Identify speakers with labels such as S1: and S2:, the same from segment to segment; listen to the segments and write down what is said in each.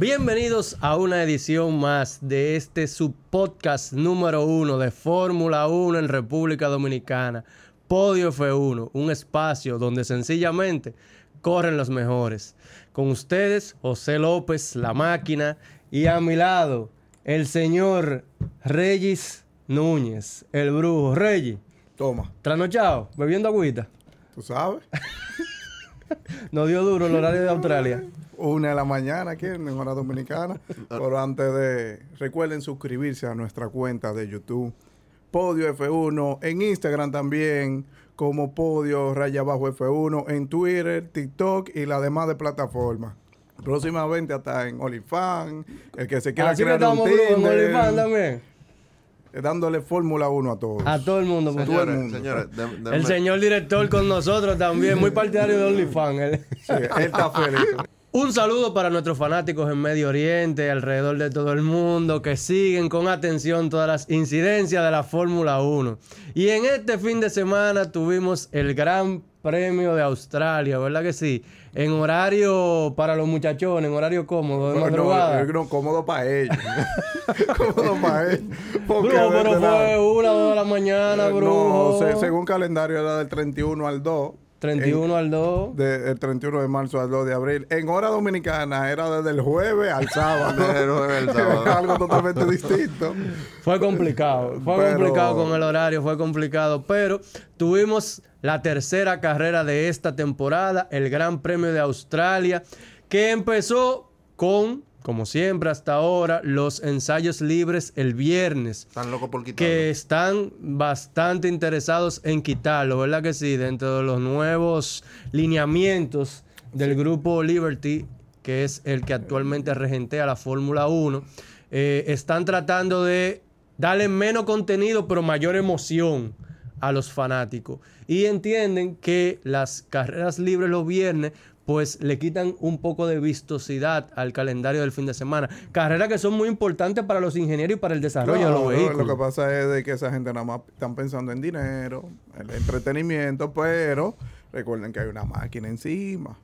S1: Bienvenidos a una edición más de este subpodcast número uno de Fórmula 1 en República Dominicana, Podio F1, un espacio donde sencillamente corren los mejores. Con ustedes, José López, la máquina, y a mi lado, el señor Reyes Núñez, el brujo. Reyes,
S2: Toma,
S1: trasnochado, bebiendo agüita.
S2: tú sabes.
S1: Nos dio duro el horario de Australia.
S2: Una de la mañana aquí en hora dominicana. Pero antes de. Recuerden suscribirse a nuestra cuenta de YouTube, Podio F1. En Instagram también, como Podio Raya Bajo F1. En Twitter, TikTok y las demás de plataformas. Próximamente hasta en OnlyFans. El que se quiera
S1: Así que
S2: crear un
S1: estamos brujos en
S2: Tinder, eh,
S1: OnlyFans también.
S2: Dándole Fórmula 1 a todos.
S1: A todo el mundo. por
S2: Todo el
S3: Señores,
S2: mundo.
S3: señores, de- de-
S1: El señor director con nosotros también, muy partidario de OnlyFans. él.
S2: Sí, él está feliz.
S1: Un saludo para nuestros fanáticos en Medio Oriente, alrededor de todo el mundo, que siguen con atención todas las incidencias de la Fórmula 1. Y en este fin de semana tuvimos el Gran Premio de Australia, ¿verdad que sí? En horario para los muchachones, en horario cómodo, de
S2: Bueno,
S1: madrugada.
S2: no, no, cómodo para ellos. cómodo para ellos. Porque
S1: Brujo,
S2: de
S1: pero
S2: verdad-
S1: fue una o dos de la mañana,
S2: Eh,
S1: brujo.
S2: No, se- según calendario era del 31 al 2.
S1: 31 al 2.
S2: En- de- del 31 de marzo al 2 de abril. En hora dominicana era desde el jueves al sábado.
S3: Desde el jueves al sábado.
S2: Algo totalmente distinto.
S1: Fue complicado, fue
S2: Pero-
S1: complicado con el horario, fue complicado, pero tuvimos la tercera carrera de esta temporada, el Gran Premio de Australia, que empezó con, como siempre hasta ahora, los ensayos libres el viernes,
S3: están locos por quitarlo.
S1: que están bastante interesados en quitarlo, ¿verdad que sí? Dentro de los nuevos lineamientos del grupo Liberty, que es el que actualmente regentea la Fórmula 1, eh, están tratando de darle menos contenido, pero mayor emoción a los fanáticos. Y entienden que las carreras libres los viernes, pues le quitan un poco de vistosidad al calendario del fin de semana. Carreras que son muy importantes para los ingenieros y para el desarrollo de
S2: No,
S1: los
S2: no,
S1: vehículos.
S2: lo que pasa es de que esa gente nada más están pensando en dinero, en entretenimiento, pero recuerden que hay una máquina encima.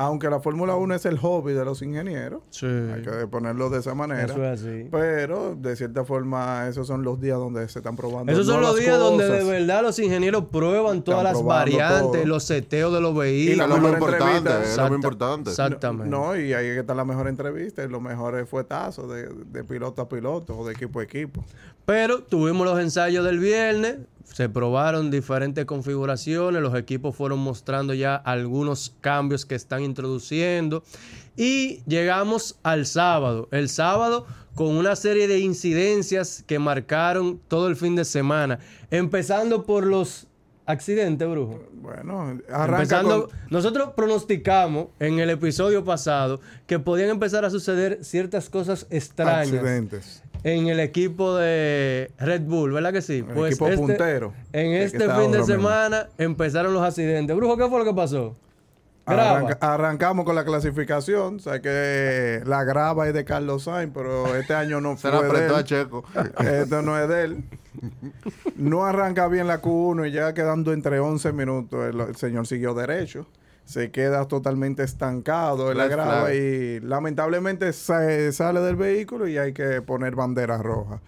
S2: Aunque la Fórmula 1 es el hobby de los ingenieros,
S1: Sí.
S2: hay que ponerlo de esa manera.
S1: Eso es así.
S2: Pero, de cierta forma, esos son los días donde se están probando.
S1: Esos son
S2: nuevas
S1: los días donde de
S2: cosas.
S1: verdad los ingenieros prueban todas las
S2: probando
S1: variantes,
S2: todo.
S1: los seteos de los
S2: Y
S1: vehículos.
S2: la
S3: es lo más
S2: mejor
S3: importante,
S2: entrevista.
S3: es lo más
S1: Exacta-
S3: importante.
S1: Exactamente.
S2: No, y ahí es que está la mejor entrevista y los mejores fuetazos de, de piloto a piloto o de equipo a equipo.
S1: Pero tuvimos los ensayos del viernes, se probaron diferentes configuraciones, los equipos fueron mostrando ya algunos cambios que están introduciendo y llegamos al sábado. El sábado con una serie de incidencias que marcaron todo el fin de semana, empezando por los accidentes, brujo.
S2: Bueno, arranca
S1: Empezando-
S2: con-
S1: Nosotros pronosticamos en el episodio pasado que podían empezar a suceder ciertas cosas extrañas
S2: accidentes.
S1: en el equipo de Red Bull, ¿verdad que sí? Pues este-
S2: El equipo puntero.
S1: En
S2: El que
S1: este
S2: está
S1: fin de
S2: ahora mismo.
S1: semana empezaron los accidentes. Brujo, ¿qué fue lo que pasó? Graba.
S2: Arranca- ah, arrancamos con la clasificación. O sea que la grava es de Carlos Sainz, pero este año no
S3: Se
S2: fue
S3: la
S2: de
S3: apretó
S2: él.
S3: a Checo.
S2: Esto no es de él. No arranca bien la Q1 y ya quedando entre 11 minutos, el, el señor siguió derecho. Se queda totalmente estancado en la
S3: Red
S2: grava
S3: flag.
S2: y lamentablemente se sale del vehículo y hay que poner bandera roja.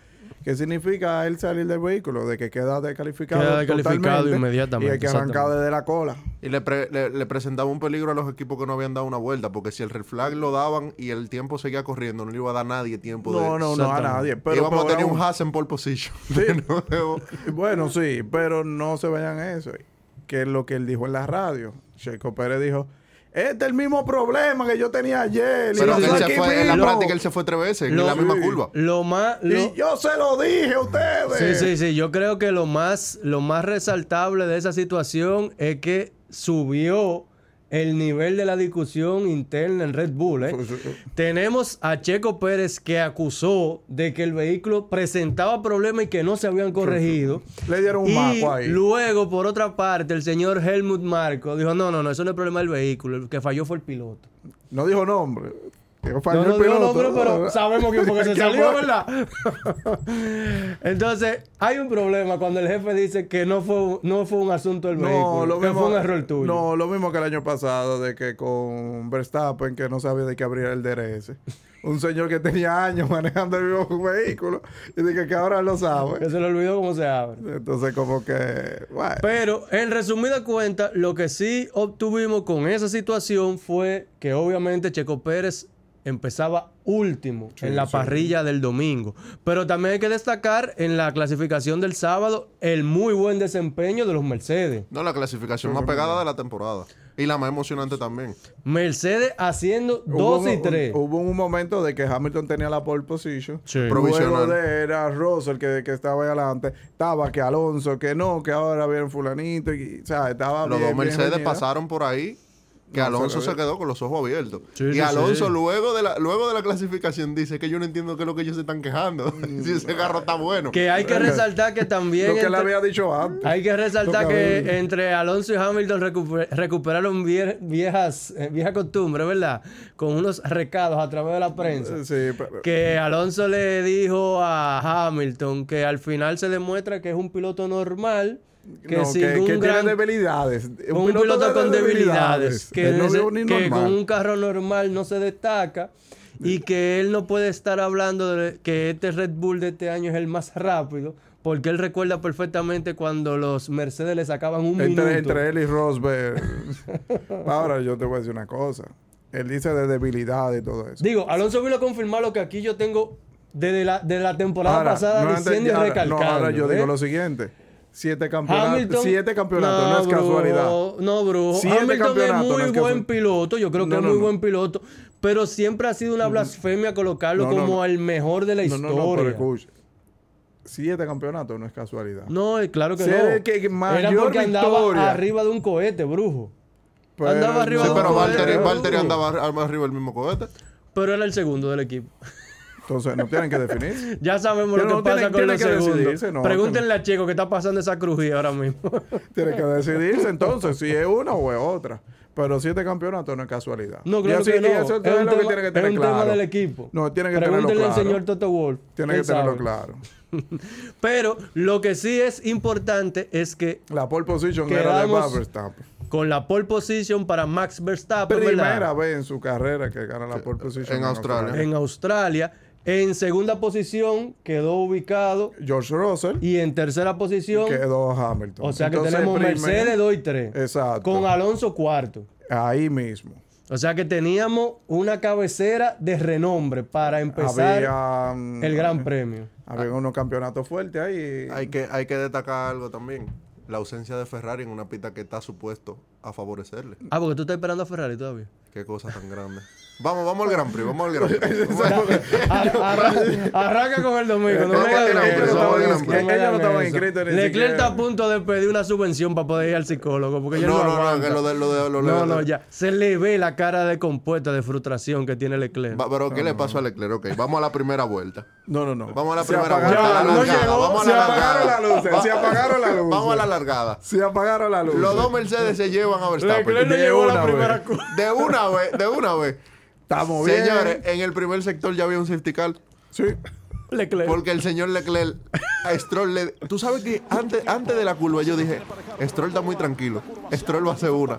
S2: ¿Qué significa él salir del vehículo? De que queda descalificado.
S1: Queda descalificado
S2: totalmente
S1: inmediatamente,
S2: Y hay que arrancar
S1: exactamente.
S2: desde la cola.
S3: Y le, pre- le- le presentaba un peligro a los equipos que no habían dado una vuelta, porque si el red flag lo daban y el tiempo seguía corriendo, no le iba a dar a nadie tiempo de...
S2: No, no, no a
S1: Exactamente.
S2: nadie. Pero
S3: íbamos a
S2: peor
S3: tener
S2: aún-
S3: un Haas en pole position.
S2: Sí.
S3: De nuevo.
S2: Bueno, sí, pero no se vayan a eso. Que es lo que él dijo en la radio. Checo Pérez dijo, este es el mismo problema que yo tenía ayer.
S3: Pero
S2: y,
S3: él
S2: pasó
S3: se
S2: aquí
S3: fue, en la
S2: mismo.
S3: práctica él se fue tres veces, en la misma curva.
S1: Lo más...
S2: Y
S1: lo-
S2: yo se lo dije a
S1: Sí,
S2: ustedes.
S1: sí, sí. Yo creo que lo más, lo más resaltable de esa situación es que subió el nivel de la discusión interna en Red Bull. ¿eh? Tenemos a Checo Pérez que acusó de que el vehículo presentaba problemas y que no se habían corregido.
S2: Le dieron un
S1: y
S2: maco ahí.
S1: Luego, por otra parte, el señor Helmut Marco dijo: No, no, no, eso no es problema del vehículo. El que falló fue el piloto.
S2: No dijo nombre. Dijo, falló
S1: No, no
S2: el
S1: digo
S2: piloto.
S1: nombre, pero sabemos quién porque se
S2: ¿Qué
S1: salió,
S2: fue?
S1: ¿verdad? Entonces, hay un problema cuando el jefe dice que no fue, un- no fue un asunto del vehículo,
S2: No, lo
S1: que
S2: mismo,
S1: fue un error tuyo.
S2: No, lo mismo que el año pasado, de que con Verstappen, que no sabía de qué abrir el DRS. un señor que tenía años manejando el mismo vehículo y dije que ahora lo sabe.
S1: Que se le olvidó cómo se abre.
S2: Entonces, como que, bueno,
S1: Pero, en resumida cuenta, lo que sí obtuvimos con esa situación fue que obviamente Checo Pérez empezaba último en la parrilla del domingo. Pero también hay que destacar en la clasificación del sábado el muy buen desempeño de los Mercedes.
S3: No, la clasificación más pegada de la temporada. Y la más emocionante también.
S1: Mercedes haciendo
S2: hubo
S1: 2 y
S2: un-
S1: 3.
S2: Hubo un momento de que Hamilton tenía la pole position.
S1: Sí.
S3: Provisional.
S2: Luego de era Russell que, que estaba ahí adelante. Estaba que Alonso, que no, que ahora viene fulanito. Y, o sea, estaba
S3: Los
S2: bien, bien
S3: dos Mercedes
S2: reñida.
S3: pasaron por ahí. Que
S2: No,
S3: Alonso
S2: se le
S3: se
S2: ve.
S3: quedó con los ojos abiertos.
S1: Sí,
S3: y
S1: sí,
S3: Alonso,
S1: sí.
S3: luego, de la, luego de la clasificación, dice que yo no entiendo qué es lo que ellos se están quejando. si ese carro está bueno.
S1: Que hay que resaltar que también...
S2: Lo que le
S1: entre-
S2: había dicho antes.
S1: Hay que resaltar
S2: Lo que
S1: que
S2: había.
S1: entre Alonso y Hamilton recuper- recuperaron vie- viejas eh, vieja costumbre, ¿verdad? Con unos recados a través de la prensa.
S2: Sí, pero-
S1: Que Alonso le dijo a Hamilton que al final se demuestra que es un piloto normal, que
S2: no,
S1: sin
S2: que
S1: un gran-
S2: tiene debilidades. Un,
S1: un piloto,
S2: de-
S1: con
S2: de
S1: debilidades, que,
S2: Él no
S1: nece-
S2: vio ni
S1: que
S2: normal.
S1: con un carro normal no se destaca y que él no puede estar hablando de que este Red Bull de este año es el más rápido, porque él recuerda perfectamente cuando los Mercedes le sacaban un
S2: entre,
S1: minuto.
S2: entre él y Rosberg. Ahora yo te voy a decir una cosa. Él dice de debilidad y todo eso.
S1: Digo, Alonso vino a confirmar lo que aquí yo tengo desde la, de la temporada
S2: Ahora,
S1: pasada
S2: no antes-
S1: diciendo y
S2: ahora-
S1: recalcando.
S2: No, ahora yo
S1: ¿eh?
S2: digo lo siguiente. Siete campeonatos.
S1: Hamilton,
S2: Siete campeonatos, no, es
S1: brujo,
S2: casualidad.
S1: No, brujo.
S2: Siete
S1: Hamilton es
S2: campeonatos, no
S1: muy
S2: es
S1: buen
S2: casualidad.
S1: piloto, yo creo que
S2: No,
S1: es
S2: no,
S1: muy
S2: no.
S1: buen piloto, pero siempre ha sido una blasfemia colocarlo
S2: No, no,
S1: como
S2: no.
S1: el mejor de la
S2: No,
S1: historia.
S2: no, no, pero escucha. Siete campeonatos no es casualidad.
S1: No, eh, claro que
S2: Ser
S1: no.
S2: el que
S1: Era
S2: mayor
S1: porque andaba
S2: victoria.
S1: arriba de un cohete, brujo.
S2: Pero
S1: andaba arriba ¿eh?
S3: Sí,
S1: de un
S3: pero
S1: cohete,
S3: Valtteri,
S1: brujo.
S3: Valtteri andaba ar- más arriba el mismo cohete.
S1: Pero era el segundo del equipo.
S2: Entonces no tienen que definirse.
S1: Ya sabemos lo
S2: Pero
S1: que
S2: no
S1: pasa
S2: tienen-
S1: con
S2: tienen
S1: los
S2: que
S1: segundos.
S2: decidirse, no,
S1: Pregúntenle a Checo que está pasando esa crujía ahora mismo.
S2: tienen que decidirse entonces si es una o es otra. Pero siete campeonatos no es casualidad.
S1: No,
S2: Y
S1: claro
S2: así-
S1: que no.
S2: y eso
S1: es un,
S2: es lo
S1: tema,
S2: que tienen que
S1: es
S2: tener
S1: un tema
S2: claro.
S1: del equipo.
S2: No, tienen que
S1: Pregúntenle
S2: tenerlo
S1: al
S2: claro.
S1: señor Toto Wolff.
S2: Tienen
S1: él
S2: que tenerlo
S1: sabe.
S2: claro.
S1: Pero lo que sí es importante es que
S2: La pole position era de
S1: Quedamos-
S2: Max Verstappen.
S1: con la pole position para Max Verstappen
S2: Primera
S1: ¿verdad?
S2: vez en su carrera que gana la pole position
S3: en Australia.
S1: en Australia, en segunda posición quedó ubicado
S2: George Russell
S1: y en tercera posición,
S2: quedó Hamilton.
S1: o sea que
S2: Entonces,
S1: tenemos
S2: primer-
S1: Mercedes 2 y 3
S2: Exacto.
S1: con Alonso cuarto.
S2: Ahí mismo.
S1: O sea que teníamos una cabecera de renombre para empezar
S2: Había, mm,
S1: el Gran Premio.
S2: había unos campeonatos fuertes ahí.
S3: Hay que, hay que destacar algo también. La ausencia de Ferrari en una pista que está supuesto a favorecerle.
S1: Ah, porque tú estás esperando a Ferrari todavía.
S3: Qué cosa tan grande. Vamos, vamos al Gran Prix, vamos al Gran Prix. Vamos al-
S1: Ar- arra- arranca con el domingo. No
S3: Vamos
S1: me
S3: a
S1: hagan
S3: tener
S1: eso,
S3: que
S1: no
S3: resolver
S1: me
S3: el
S1: hagan
S3: Gran
S1: eso.
S2: Prix. Ellos no estaban
S1: Eso.
S2: inscritos ni
S1: Leclerc está
S2: siquiera.
S1: a punto de pedir una subvención para poder ir al psicólogo. Porque ya no,
S3: No, no, no,
S1: aguanta.
S3: que lo de lo de lo de-
S1: No, no, ya. Se le ve la cara de compuesta de frustración que tiene Leclerc.
S3: Va- pero ¿qué le pasó a Leclerc? Ok, vamos a la primera vuelta.
S2: No, no, no.
S3: Vamos a la
S2: Se
S3: primera
S2: apagaron
S1: la
S3: vuelta. la
S1: luz.
S3: largada,
S1: Llegó,
S3: vamos a
S2: Se
S3: la
S2: apagaron
S3: largada.
S2: las luces. Se apagaron las
S3: Vamos a
S2: luces.
S3: la largada.
S2: Se apagaron las luces.
S3: Los dos Mercedes se llevan a
S1: Leclerc no
S3: Verstappen.
S2: de
S1: llegó a
S2: una
S1: la
S2: vez.
S1: primera cu-
S3: De una vez, de una vez.
S2: Estamos bien.
S3: Señores, en el primer sector ya había un safety car.
S2: Sí.
S1: Leclerc.
S3: Porque el señor Leclerc a Stroll le. Tú sabes que antes, antes de la curva yo dije: Stroll está muy tranquilo. Stroll lo hace una.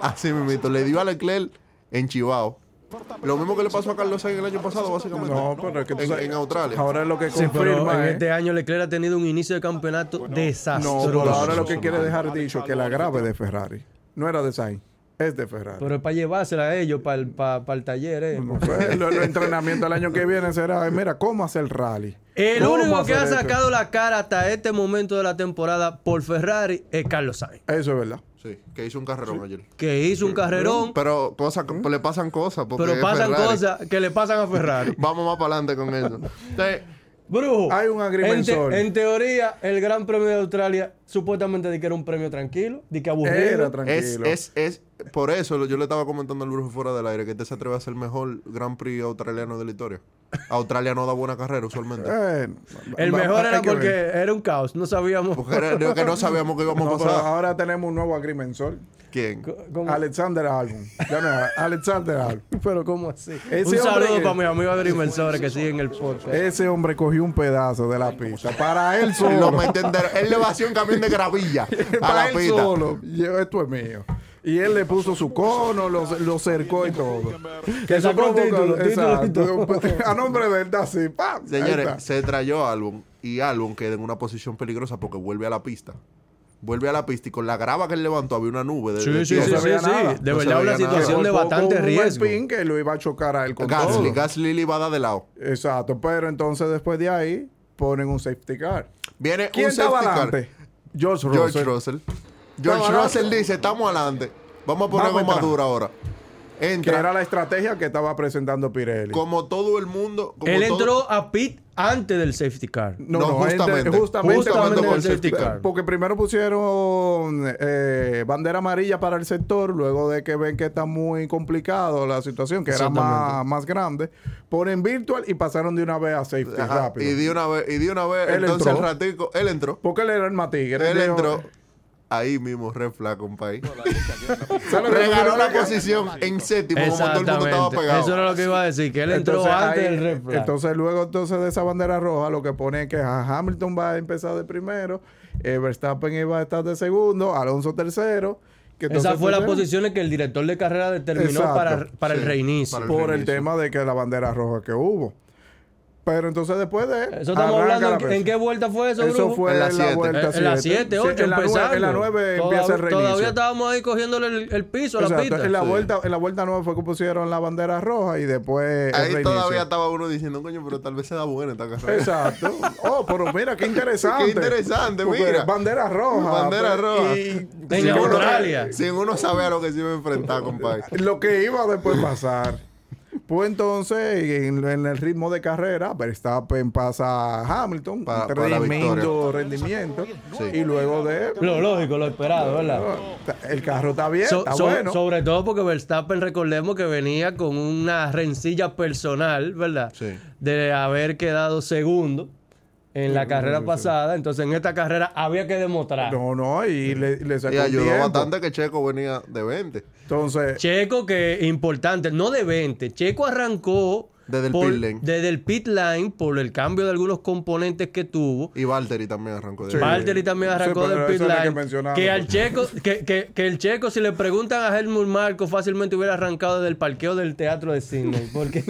S3: Así mismito. Le dio a Leclerc en Chivao. Lo mismo que le pasó a Carlos Sainz el año pasado, básicamente.
S2: No, pero es que tú
S3: eh, en,
S2: sabes-
S3: en Australia.
S2: Ahora es lo que
S1: Sí, pero
S2: confirma.
S1: en
S2: ¿eh?
S1: este año Leclerc ha tenido un inicio de campeonato
S2: No,
S1: desastroso.
S2: pero ahora lo que quiere dejar dicho que la grave de Ferrari. No era de Sainz, es de Ferrari.
S1: Pero es para llevársela a ellos, para el, pa- pa el taller. eh.
S2: No fue. Lo- Los entrenamientos el año que viene será, "Ay, mira, ¿cómo hacer rally?
S1: El
S2: ¿Cómo
S1: único que
S2: hacer
S1: ha
S2: esto?".
S1: sacado la cara hasta este momento de la temporada por Ferrari es Carlos Sainz,
S2: Eso es verdad.
S3: Sí, que hizo un carrerón ayer.
S1: que hizo un carrerón,
S3: Pero cosas, que- le pasan cosas. Porque
S1: pero
S3: es
S1: pasan
S3: Ferrari.
S1: cosas que le pasan a Ferrari.
S3: Vamos más para adelante con eso. Entonces,
S1: Brujo,
S2: Hay un
S1: en, te-
S2: agrimensor.
S1: en teoría, el Gran Premio de Australia supuestamente di que era un premio tranquilo, di que aburrido.
S2: Era
S3: es,
S2: tranquilo.
S3: es, es por eso lo- yo le estaba comentando al brujo fuera del aire que este se atreve a ser el mejor Gran Prix australiano de la historia. Australia no da buena carrera usualmente.
S2: Eh,
S1: el
S2: va-
S1: mejor
S2: va-
S1: era
S2: hay que
S1: porque
S2: ver.
S1: era un caos, no sabíamos.
S3: Porque era- era que no sabíamos que íbamos
S2: No,
S3: a
S2: pero
S3: pasar.
S2: ahora tenemos un nuevo agrimensor.
S3: ¿Quién?
S1: ¿Cómo?
S2: Alexander Albon. Ya no es Alexander Albon.
S1: Pero ¿cómo así?
S2: Ese
S1: un
S2: hombre
S1: saludo
S2: que-
S1: para mis amigos agrimensores que siguen el podcast.
S2: Ese hombre cogió un pedazo de la pista para él
S3: Él
S2: solo.
S3: lo mete entero. Él le vació un camión de gravilla a
S2: para
S3: la
S2: él
S3: pista.
S2: solo. Yo, esto es mío. Y él le puso su cono, lo, lo cercó y todo.
S1: Que
S2: Eso
S1: sacó un
S2: provoca-
S1: título, título y
S2: exacto.
S1: todo.
S2: A nombre de él, está así. ¡pam! Ahí está.
S3: Señores, se trayó álbum y álbum queda en una posición peligrosa porque vuelve a la pista. Vuelve a la pista y con la grava que él levantó había una nube. de- de
S1: Sí, sí, sí,
S3: tierra.
S1: sí,
S2: se veía
S1: sí. De
S2: nada.
S3: No se
S1: verdad,
S3: veía
S1: una
S3: nada.
S1: situación
S2: Por
S1: de
S2: poco
S1: bastante
S2: hubo un
S1: riesgo.
S2: spin que lo iba a chocar a él con
S3: Gasly,
S2: todo.
S3: Gasly le iba a dar de lado.
S2: Exacto, pero entonces después de ahí ponen un safety car.
S3: Viene
S2: ¿Quién
S3: un
S2: estaba
S3: safety car.
S2: adelante? George Russell.
S3: George Russell. George
S2: Estaba
S3: Russell
S2: adelante.
S3: dice, estamos adelante. Vamos a poner
S2: Vamos
S3: goma
S2: atrás.
S3: dura ahora.
S2: Que
S3: Entra.
S2: era la estrategia que estaba presentando Pirelli.
S3: Como todo el mundo. como
S1: Él
S3: todo-
S1: entró a pit antes del safety car.
S2: No,
S3: No,
S2: no,
S3: justamente.
S2: justamente. Justamente,
S1: Justamente
S2: cuando-
S1: con el safety car.
S2: Porque primero pusieron eh, bandera amarilla para el sector, luego de que ven que está muy complicado la situación, que era más,
S1: Exactamente.
S2: más grande, ponen virtual y pasaron de una vez a safety
S3: Ajá,
S2: rápido.
S3: y de una vez, y de una vez,
S2: Él
S3: entonces
S2: entró.
S3: al ratico, él entró.
S2: Porque él era el Matigre.
S3: Él entró. Ahí mismo, red flag, compadre. Regaló
S2: Regaló
S3: la posición en séptimo, como todo el mundo estaba
S1: Exactamente.
S3: pegado.
S1: Eso era lo que iba a decir, que él entró antes del red flag.
S2: Entonces, luego entonces de esa bandera roja, lo que pone es que a Hamilton va a empezar de primero, eh, Verstappen iba a estar de segundo, Alonso tercero. Que
S1: Esa
S2: entonces
S1: fue la
S2: tercero.
S1: posición en que el director de carrera determinó
S2: Exacto,
S1: para, para el
S3: sí,
S1: reinicio.
S3: para
S2: por el
S3: reinicio.
S2: tema de que la bandera roja que hubo. Pero entonces después de
S1: Eso estamos
S2: arranca
S1: hablando
S2: la
S1: en,
S2: prensa.
S1: en qué vuelta fue eso,
S2: Eso
S1: grupo?
S2: fue
S3: En
S2: en
S3: la
S2: la,
S3: siete.
S2: vuelta
S1: en la 7, 8,
S2: Sí, en la nueve-
S1: empezando.
S2: En la 9
S1: Todavía-
S2: empieza el reinicio.
S1: Todavía estábamos ahí cogiéndole el, el piso, la
S2: Exacto,
S1: pista.
S2: En la,
S3: Sí.
S2: vuelta, en la vuelta 9 fue que pusieron la bandera roja y después el
S3: Ahí
S2: reinicio.
S3: todavía estaba uno diciendo, coño, pero tal vez se da buena esta carrera.
S2: Exacto. Oh, pero mira, qué interesante.
S3: Qué interesante,
S2: Porque
S3: mira.
S2: Bandera roja.
S3: Bandera
S2: pe-
S3: roja.
S2: y-
S1: En
S2: y uno-
S1: Australia.
S3: Sin uno sabe a lo que se iba a enfrentar, compadre.
S2: lo que iba después a pasar. Pues entonces, en, en el ritmo de carrera, Verstappen pasa a Hamilton,
S3: Pa-
S2: un
S3: para la
S2: tremendo rendimiento.
S3: Sí.
S2: Y luego de
S1: Lo lógico, lo esperado, ¿verdad?
S2: el carro está bien,
S1: So-
S2: está
S1: so-
S2: bueno.
S1: Sobre todo porque Verstappen, recordemos que venía con una rencilla personal, ¿verdad?
S3: Sí.
S1: De haber quedado segundo en la carrera pasada. Entonces, en esta carrera había que demostrar.
S2: no, no, y le, le sacó
S3: Y
S2: un
S3: ayudó
S2: tiempo.
S3: bastante que Checo venía de 20.
S2: Entonces,
S1: Checo, que importante, no de 20. Checo arrancó
S3: Desde el
S1: por-
S3: pit lane.
S1: desde el pit line por el cambio de algunos componentes que tuvo.
S3: Y Valtteri también arrancó de
S2: Sí.
S3: ahí.
S1: Valtteri también
S2: Sí,
S1: arrancó
S2: pero
S1: del pit
S2: eso es lo que
S1: line.
S2: mencionaba.
S1: Que, al checo, que, que- que el checo, si le preguntan a Helmut Marco, fácilmente hubiera arrancado del parqueo del teatro de Sydney. Porque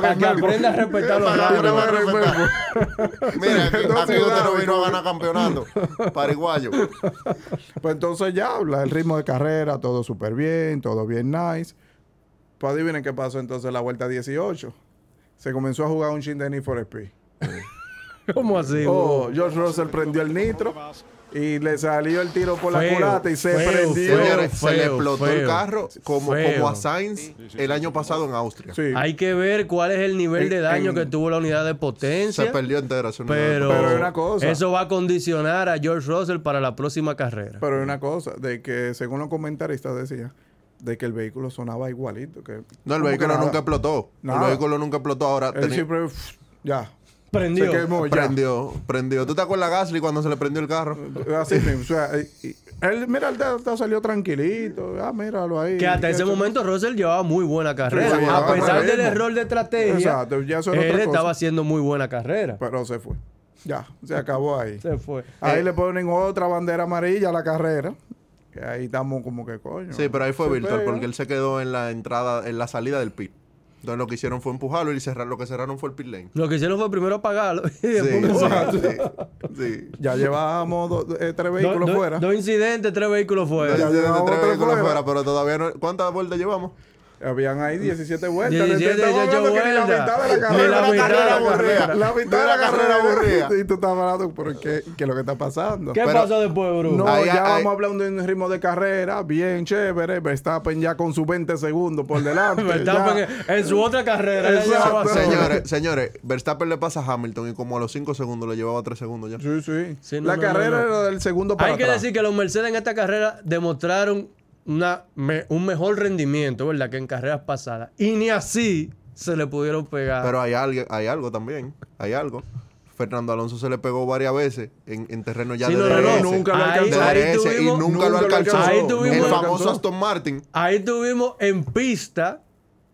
S1: para que
S2: ganando.
S1: aprenda a respetar los
S3: Para que
S1: árbitros.
S3: aprenda a respetar. Mira, aquí,
S2: No
S3: aquí
S2: se
S3: usted no
S2: sabe
S3: vino
S2: cómo-
S3: a ganar campeonato. Paraguayo.
S2: pues entonces ya habla, el ritmo de carrera, todo súper bien, todo bien nice. Pues adivinen qué pasó entonces en la vuelta 18. Se comenzó a jugar un chin de Need for Speed.
S1: ¿Cómo así? güey?
S2: Oh, George Russell prendió el nitro y le salió el tiro por la
S1: Feo,
S2: culata y se
S1: feo,
S2: prendió.
S1: feo.
S3: Señores, se le
S1: feo,
S3: explotó el
S1: feo,
S3: carro como,
S1: feo.
S3: como a Sainz el año pasado en Austria.
S2: Sí,
S1: Hay que ver cuál es el nivel
S2: En-
S1: de daño
S2: en-
S1: que tuvo la unidad de
S3: Se
S1: potencia.
S3: perdió entera. su unidad de
S1: Pero,
S2: Pero una cosa.
S1: eso va a condicionar a George Russell para la próxima carrera.
S2: pero hay una cosa, de que según los comentaristas decía, de que el vehículo sonaba igualito. Que,
S3: No, el
S2: como que
S3: vehículo
S2: nada.
S3: nunca explotó. El
S2: Nada.
S3: vehículo nunca explotó. Ahora
S2: Él
S3: teni-
S2: siempre, pf, ya,
S1: Prendió.
S2: se quemó ya.
S3: prendió, prendió. ¿Tú te acuerdas Gasly cuando se le prendió el carro?
S2: Así mismo, o sea, y- y- él, mira, él hasta salió tranquilito, ah, míralo ahí.
S1: Que hasta ese
S2: Eso-
S1: momento Russell llevaba muy buena carrera.
S2: Sí, llevaba
S1: a pesar
S2: buen
S1: del
S2: ritmo.
S1: error de estrategia,
S2: Exacto, ya eso era
S1: él
S2: otra cosa.
S1: estaba haciendo muy buena carrera.
S2: Pero se fue, ya, se acabó ahí.
S1: Se fue. Eh,
S2: Ahí le ponen otra bandera amarilla a la carrera, que ahí estamos como que coño.
S3: Sí, pero ahí fue
S2: Se
S3: virtual
S2: pega.
S3: porque él se quedó en la entrada, en la salida del pit. Entonces lo que hicieron fue empujarlo y cerrar, lo que cerraron fue el pit lane.
S1: Lo que hicieron fue primero apagarlo y
S3: Sí,
S1: después
S3: sí, sí, sí.
S2: Ya llevábamos do- eh, tres
S1: dos
S2: vehículos
S1: dos-
S2: fuera.
S1: dos incidentes, tres vehículos
S3: Ya
S1: fuera.
S2: Ya llevamos
S3: llevamos tres
S2: otro
S3: vehículos
S2: fuera.
S3: fuera, pero todavía no. ¿Cuántas vueltas llevamos?
S2: Habían ahí 17 vueltas.
S1: 17,
S2: Estamos
S1: 18
S2: hablando que ni la
S1: vueltas.
S2: mitad de la
S1: Ni la
S2: carrera.
S1: mitad de la carrera.
S2: La
S3: Ni
S2: mitad de la carrera
S3: aburrida.
S2: aburrida. Y tú estás hablando, pero ¿qué, qué es lo que está pasando?
S1: ¿Qué
S3: Pero-
S1: pasó después, Bruno?
S2: No,
S3: Ahí,
S2: ya
S3: ahí.
S2: vamos hablando de un ritmo de carrera bien chévere. Verstappen ya con sus 20 segundos por delante.
S1: Verstappen
S2: ya.
S1: en su otra carrera ya
S2: Exacto.
S1: llevaba
S2: No.
S3: Señores, señores, Verstappen le pasa a Hamilton y como a los 5 segundos le llevaba 3 segundos ya.
S2: Sí, sí.
S1: Sí, no,
S2: la
S1: no, no, no.
S2: carrera era del segundo para
S1: Hay que
S2: atrás.
S1: decir que los Mercedes en esta carrera demostraron una, me- un mejor rendimiento, ¿verdad? Que en carreras pasadas. Y ni así se le pudieron pegar.
S3: Pero hay, algo- hay algo también, hay algo. Fernando Alonso se le pegó varias veces en, en terreno ya
S1: Sí,
S3: de
S1: no, no,
S3: DRS.
S1: no,
S2: nunca lo
S3: De
S2: alcanzó.
S1: Ahí
S3: DRS, y
S1: tuvimos-
S3: nunca, lo alcanzó.
S1: Ahí tuvimos-
S3: el
S1: lo
S3: famoso
S2: alcanzó.
S3: Aston Martin.
S1: Ahí tuvimos en pista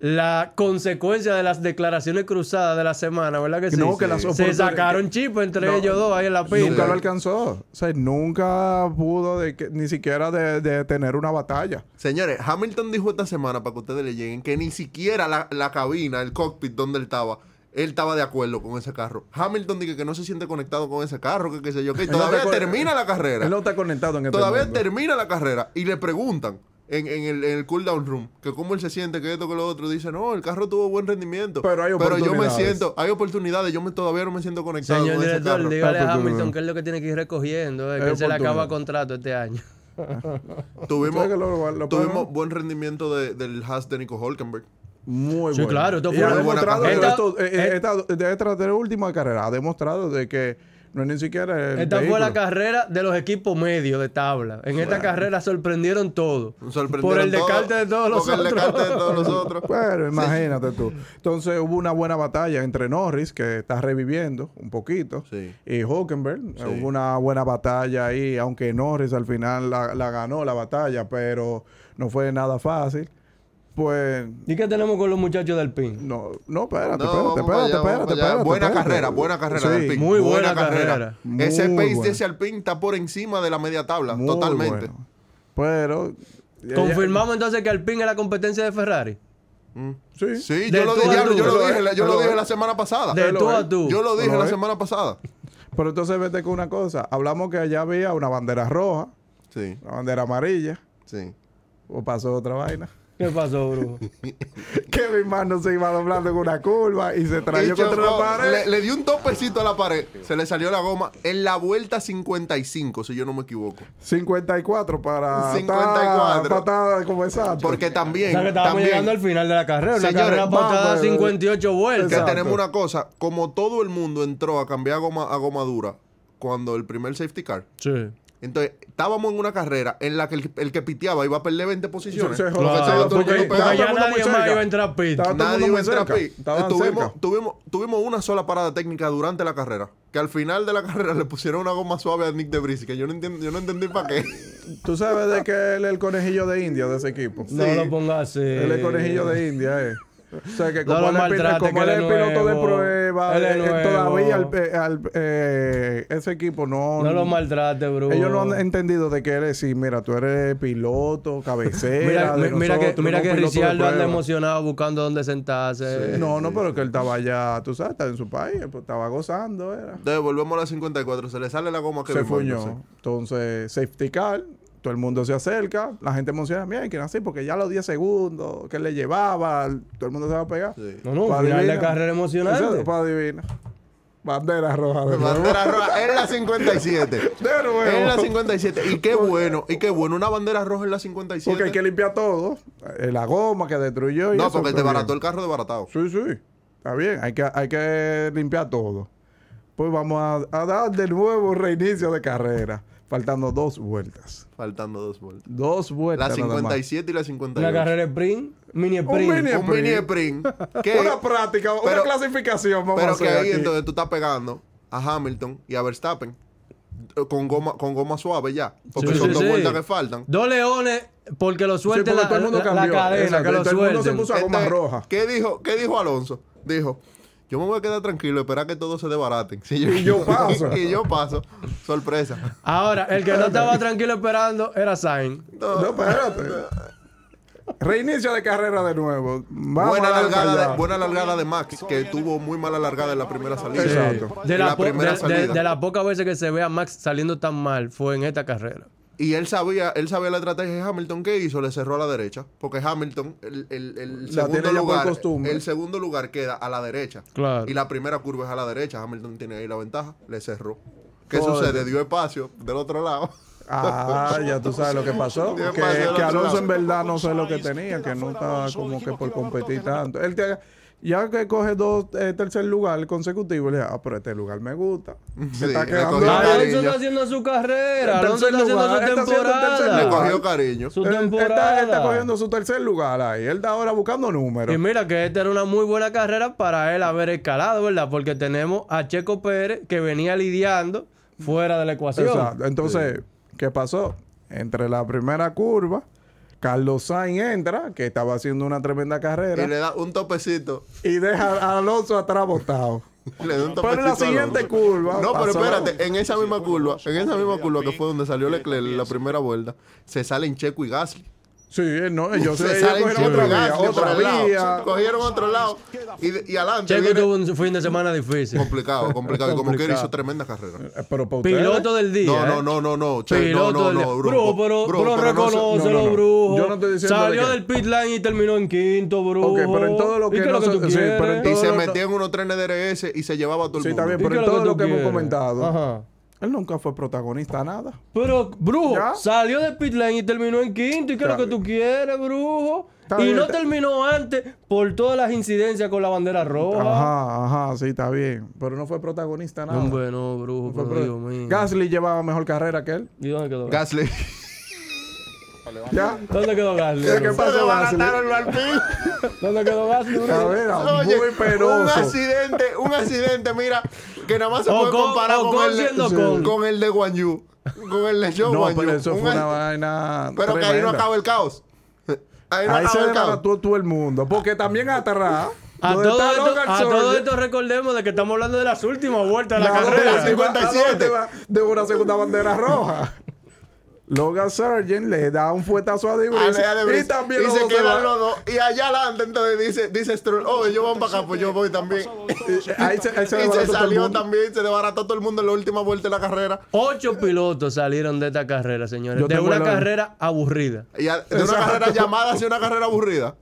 S1: la consecuencia de las declaraciones cruzadas de la semana, ¿verdad que sí?
S2: No, que las
S1: Se
S2: oportunidades-
S1: sacaron chip entre
S2: No,
S1: ellos dos ahí en la
S2: Nunca
S1: pista.
S2: lo alcanzó. O sea, nunca pudo de que- ni siquiera de, de tener una batalla.
S3: Señores, Hamilton dijo esta semana, para que ustedes le lleguen, que ni siquiera la, la cabina, el cockpit donde él estaba, él estaba de acuerdo con ese carro. Hamilton dice que no se siente conectado con ese carro, que qué sé yo, que
S2: no
S3: todavía
S2: está con-
S3: termina la carrera.
S2: Él no está conectado en este
S3: Todavía
S2: mundo.
S3: termina la carrera y le preguntan en, en el, en el cool down room que cómo él se siente, que esto, que lo otro. Dice, no, el carro tuvo buen rendimiento.
S2: Pero hay
S3: yo me
S2: oportunidades.
S3: siento, hay oportunidades, yo me, todavía no me siento conectado
S1: Señor
S3: con ese
S1: director,
S3: carro.
S1: dígale a
S2: Papo, tú
S1: Hamilton
S2: no.
S1: que es lo que tiene que ir recogiendo, eh,
S2: Es
S1: que él se le acaba
S2: oportunidad.
S1: contrato este año.
S3: Tuvimos,
S2: ¿Sabes que lo- lo
S3: tuvimos
S2: pagan?
S3: buen rendimiento de- del Haas de Nico Holkenberg.
S2: Muy
S1: Sí,
S2: bueno.
S1: claro, esto
S2: Y
S1: fue
S2: ha
S1: una
S3: buena
S2: demostrado que
S1: carrera.
S2: esto- eh, eh,
S1: Esta-
S2: esta, de esta de última carrera ha demostrado de que no es ni siquiera el
S1: Esta fue
S2: vehículo.
S1: la carrera de los equipos medios de tabla. En esta carrera sorprendieron todo. Por el descarte de todos los
S3: Por el descarte de
S1: otros.
S3: todos los otros.
S2: Pero imagínate tú. Entonces hubo una buena batalla entre Norris, que está reviviendo un poquito,
S3: Sí.
S2: y Hockenberg.
S3: Sí.
S2: Hubo una buena batalla ahí, aunque Norris al final la, la ganó la batalla, pero no fue nada fácil. Pues,
S1: ¿Y qué tenemos con los muchachos del PIN?
S2: no, no, espérate,
S3: No, vamos
S2: espérate,
S3: para
S2: espérate,
S3: allá, vamos
S2: espérate,
S3: para allá.
S2: espérate.
S3: Buena
S2: espérate.
S3: carrera, buena carrera
S2: Sí.
S3: del Alpine.
S1: muy buena carrera.
S3: Ese
S2: Muy
S3: pace de
S2: buena.
S3: ese Alpine está por encima de la media tabla,
S2: Muy
S3: totalmente.
S2: bueno. Pero.
S1: Confirmamos entonces que el PIN es la competencia de Ferrari.
S2: Sí.
S3: Sí,
S1: De
S3: yo lo,
S1: tú a
S3: dije,
S1: tú.
S3: yo lo
S2: Pero,
S3: dije, la- yo lo
S2: pero,
S3: dije la semana pasada.
S1: De
S2: lo
S1: tú a
S2: es.
S1: tú.
S3: Yo lo dije
S2: Pero,
S3: la
S2: eh.
S3: semana pasada.
S2: Pero entonces vete con una cosa. Hablamos que allá había una bandera roja,
S3: Sí,
S2: una bandera amarilla,
S3: sí.
S2: o pasó otra vaina.
S1: ¿Qué pasó, brujo?
S2: Kevin Magno se iba doblando con una curva y se trayó
S3: Y chocó,
S2: contra la pared.
S3: Le, le di un topecito a la pared, se le salió la goma en la vuelta 55, si yo no me equivoco.
S2: 54 para
S3: 54.
S2: patada como exacto.
S3: Porque
S1: O
S3: también,
S1: sea, que estábamos llegando al
S3: también
S1: final de la carrera. Una
S3: Señores,
S1: carrera
S2: vamos,
S1: patada
S2: eh,
S1: 58 vueltas.
S3: que
S2: Exacto.
S3: tenemos una cosa, como todo el mundo entró a cambiar goma a goma dura cuando el primer safety car,
S1: Sí.
S3: Entonces, estábamos en una carrera en la que el, el que piteaba iba a perder 20 posiciones.
S2: Sí, sí,
S3: Porque
S2: claro,
S3: estaba todo el
S1: porque
S3: mundo pegado.
S1: ya
S2: Estaba todo el
S1: nadie
S2: mundo muy
S1: más
S2: cerca.
S1: iba a entrar a pit.
S2: Estaba- todo el
S3: Nadie
S2: mundo
S3: entra
S2: muy
S3: a
S2: cerca.
S3: pit.
S2: Estaban
S3: Tuvimos,
S2: cerca.
S3: tuvimos, tuvimos una sola parada técnica durante la carrera. Que al final de la carrera le pusieron una goma suave a Nick de Brisi, que yo no entiendo, yo no entendí para qué.
S2: Tú sabes de que él es el conejillo de India de ese equipo.
S1: No
S3: Sí.
S1: lo pongas así.
S2: Él es el conejillo de India, eh. O sea, que
S1: No
S2: como
S1: lo
S2: él es pil-
S1: maltrate,
S2: como
S1: que
S2: él es
S1: él es
S2: piloto de
S1: nuevo.
S2: prueba,
S1: Él es
S2: eh,
S1: nuevo.
S2: todavía al- eh, al- eh, ese equipo no...
S1: No lo maltrate, brujo.
S2: Ellos no han entendido de que eres, sí, mira, tú eres piloto, cabecera.
S1: Mira,
S2: de
S1: mi- mira que,
S2: nosotros,
S1: mira
S2: no
S1: que
S2: un piloto de
S1: Ricciardo anda
S2: prueba".
S1: emocionado buscando dónde sentarse.
S2: No, no, pero que él estaba allá, tú sabes, estaba en su país, pues, estaba gozando, era.
S3: Entonces, volvemos a la 54. Se le sale la goma que
S2: se
S3: vimos,
S2: fuñó.
S3: no sé.
S2: Entonces, safety car, todo el mundo se acerca, la gente emociona, mira, ¿quién así? Porque ya los 10 segundos que él le llevaba, todo el mundo se va a pegar.
S3: Sí.
S1: No, no,
S2: Pa'
S1: un final de
S2: adivina.
S1: carrera
S2: Eso
S1: emocionante.
S2: es para adivinar. Bandera roja de nuevo.
S3: Bandera roja en la 57.
S2: De nuevo.
S3: En la 57. Y qué bueno, y qué bueno. Una bandera roja en la 57.
S2: Porque hay que limpiar todo. Eh, La goma que destruyó y
S3: no,
S2: eso,
S3: porque
S2: está
S3: te
S2: bien.
S3: barató el carro de baratado.
S2: Sí, sí. Está bien. Hay que, hay que limpiar todo. Pues vamos a, a dar de nuevo reinicio de carrera. Faltando dos vueltas.
S3: Faltando dos vueltas.
S2: Dos
S3: La
S2: vueltas. nada más.
S3: 57 y la 58.
S1: Una carrera sprint, mini sprint.
S2: mini
S3: un mini sprint. que-
S2: Una práctica, una
S3: pero-
S2: clasificación. Vamos a
S3: pero
S2: hacer
S3: que ahí
S2: aquí.
S3: entonces tú estás pegando a Hamilton y a Verstappen eh, con goma, con goma suave ya. Porque
S1: Sí,
S3: son
S1: sí,
S3: dos
S1: sí.
S3: vueltas que faltan.
S1: Dos leones, porque lo
S2: Sí, porque
S1: suelten la,
S2: todo el mundo
S1: la- la
S2: cambió.
S1: cadena,
S2: Exacto,
S1: que lo
S2: todo el mundo se
S1: suelten.
S2: puso a goma
S3: Entonces,
S2: roja.
S3: Este, ¿qué dijo, ¿Qué dijo Alonso? Dijo, yo me voy a quedar tranquilo, esperar que todos se debaraten. Si yo-
S2: Y yo paso.
S3: y yo paso. Sorpresa.
S1: Ahora, el que no estaba tranquilo esperando era Sainz.
S2: No, espérate. Reinicio de carrera de nuevo. Vamos
S3: buena,
S2: a dar para
S3: largada
S2: allá.
S3: de, buena largada de Max, que tuvo muy mala largada en la primera salida.
S1: Sí.
S2: Exacto.
S1: De
S3: En
S1: las
S3: la
S1: po-
S3: primera
S1: de- de-
S3: salida.
S1: de las pocas veces que se ve a Max saliendo tan mal fue en esta carrera.
S3: Y él sabía, él sabía la estrategia de Hamilton que hizo, le cerró a la derecha. Porque Hamilton, el, el- el
S2: La tiene ya
S3: segundo
S2: por
S3: lugar,
S2: costumbre.
S3: el segundo lugar queda a la derecha.
S1: Claro.
S3: Y la primera curva es a la derecha. Hamilton tiene ahí la ventaja, le cerró. ¿Qué
S2: Joder.
S3: sucede? Dio espacio del otro lado.
S2: Ah, ya tú sabes lo que pasó.
S3: Ya
S2: Que,
S3: pasó el
S2: que
S3: otro
S2: Alonso
S3: lado.
S2: en verdad no sé lo que tenía, que no estaba como que por competir tanto. Él te- ya que coge dos eh, tercer lugar consecutivo, le dice, ah, pero este lugar me gusta.
S3: Sí,
S2: Se está
S3: le
S2: quedando
S3: cogió
S2: ahí.
S3: cariño.
S1: Alonso está haciendo su carrera.
S2: El
S1: Alonso
S2: tercer
S1: está haciendo su
S2: lugar, está haciendo el tercer
S3: Le
S2: lugar.
S1: temporada.
S3: cogió cariño.
S1: Ah. Su
S2: Él- él está,
S1: temporada.
S2: él está cogiendo su tercer lugar ahí. Él está ahora buscando números.
S1: Y mira que esta era una muy buena carrera para él haber escalado, ¿verdad? Porque tenemos a Checo Pérez que venía lidiando fuera de la ecuación.
S2: Exacto. Entonces, ¿qué pasó? Entre la primera curva, Carlos Sainz entra, que estaba haciendo una tremenda
S3: Y
S2: carrera,
S3: le da un topecito.
S2: y deja a Alonso atrás botado.
S3: Le da
S2: Pero en la
S3: un topecito a
S2: siguiente
S3: Alonso.
S2: curva.
S3: No, pero
S2: pasó la-
S3: espérate, en esa misma curva, en esa misma curva que fue donde salió Leclerc en la primera vuelta, se salen Checo y Gasly.
S2: Sí, no, yo sé,
S3: Se
S2: ellos
S3: salen
S2: cogieron
S3: Checo
S2: otra
S3: y
S2: vía,
S3: Gasly por
S2: otra
S3: el
S2: vía.
S3: lado. Cogieron otro lado y, y adelante.
S1: Checo
S3: viene-
S1: tuvo un fin de semana difícil.
S3: Complicado, complicado. Y como que
S2: Complicado.
S3: hizo tremenda carrera.
S2: Eh, Pero para ustedes-
S1: Piloto del día. ¿eh?
S3: No, no, no, no, no. Che,
S1: Piloto
S3: no, no,
S1: del día.
S3: no,
S1: Bro, pero, pero
S3: no se-
S1: reconócelo,
S2: no, no, no.
S1: brujo.
S2: Yo no estoy diciendo
S1: Salió
S2: de qué.
S1: del pit line y terminó en quinto, brujo.
S2: Ok, pero en todo lo que
S1: ¿Y qué es
S2: no
S1: lo que
S2: se-
S1: tú
S2: sí,
S1: quieres?
S2: pero en
S3: Y
S2: todo
S3: se
S2: lo-
S3: metía en unos trenes de DRS y se llevaba a todo el
S2: Sí,
S3: mundo.
S2: está bien,
S1: ¿Y
S2: pero
S1: qué
S2: en
S1: es
S2: todo
S1: tú
S2: lo que hemos
S1: quieres?
S2: comentado,
S1: Ajá.
S2: él nunca fue protagonista a nada.
S1: Pero, brujo,
S2: ¿Ya?
S1: salió de pit lane y terminó en quinto. ¿Y qué es lo
S2: Está
S1: que tú quieres, brujo?
S2: Está
S1: y
S2: bien,
S1: no
S2: está-
S1: terminó antes por todas las incidencias con la bandera roja.
S2: Ajá, ajá, sí, está bien. Pero no fue protagonista a nada.
S1: No, bueno, brujo,
S2: Fue
S1: pero
S2: pro-
S1: Dios mío.
S2: Gasly llevaba mejor carrera que él.
S1: ¿Y dónde quedó Gasly?
S3: Gasly.
S2: ¿Ya?
S1: ¿Dónde quedó Gasly?
S2: ¿Qué
S1: brujo?
S2: pasó, Gasly?
S3: Desbarataron los alpinos.
S1: ¿Dónde quedó Gasly, brujo?
S2: A ver,
S3: Oye,
S2: muy
S3: Un
S2: penoso.
S3: accidente, un accidente, mira, que nada más se
S1: Ocon-
S3: puede comparar con,
S1: Ocon
S3: el
S1: siendo
S3: de,
S1: Ocon.
S3: con el de Guan Yu, con el de Zhou
S2: No,
S3: Guan
S2: pero
S3: Yu.
S2: eso
S3: Un
S2: fue una
S3: ac-
S2: vaina
S3: pero que ahí no
S2: tremenda.
S3: acaba el caos. Ahí no
S2: Ahí se
S3: acaba el caos.
S2: desbarató todo el mundo. Porque también atrás,
S1: A
S2: donde
S1: todo,
S2: está
S1: esto,
S2: Logan
S1: a
S2: Sargent,
S1: todo esto recordemos de que estamos hablando de las últimas vueltas de la,
S2: la
S1: carrera.
S2: última-
S3: 57.
S2: la última de una segunda bandera roja. Logan Sargent le da un fuetazo a
S3: Ah,
S2: Debris
S3: le da de
S2: y
S3: brisa.
S2: también
S3: y
S2: los
S3: se
S2: dos se
S3: quedan
S2: van.
S3: los dos. Y allá adelante, entonces dice, dice Stroll, oh, ellos van para acá, pues yo voy también.
S2: Eh, Ahí se, ahí se
S3: y se
S2: desbarató todo el
S3: salió
S2: mundo.
S3: también, se desbarató todo el mundo en la última vuelta de la carrera.
S1: Ocho pilotos salieron de esta carrera, señores.
S2: Yo
S1: de
S2: tengo
S1: una
S2: el orden.
S1: carrera aburrida.
S3: Y a- de una
S2: Exacto.
S3: carrera llamada hacia una carrera aburrida.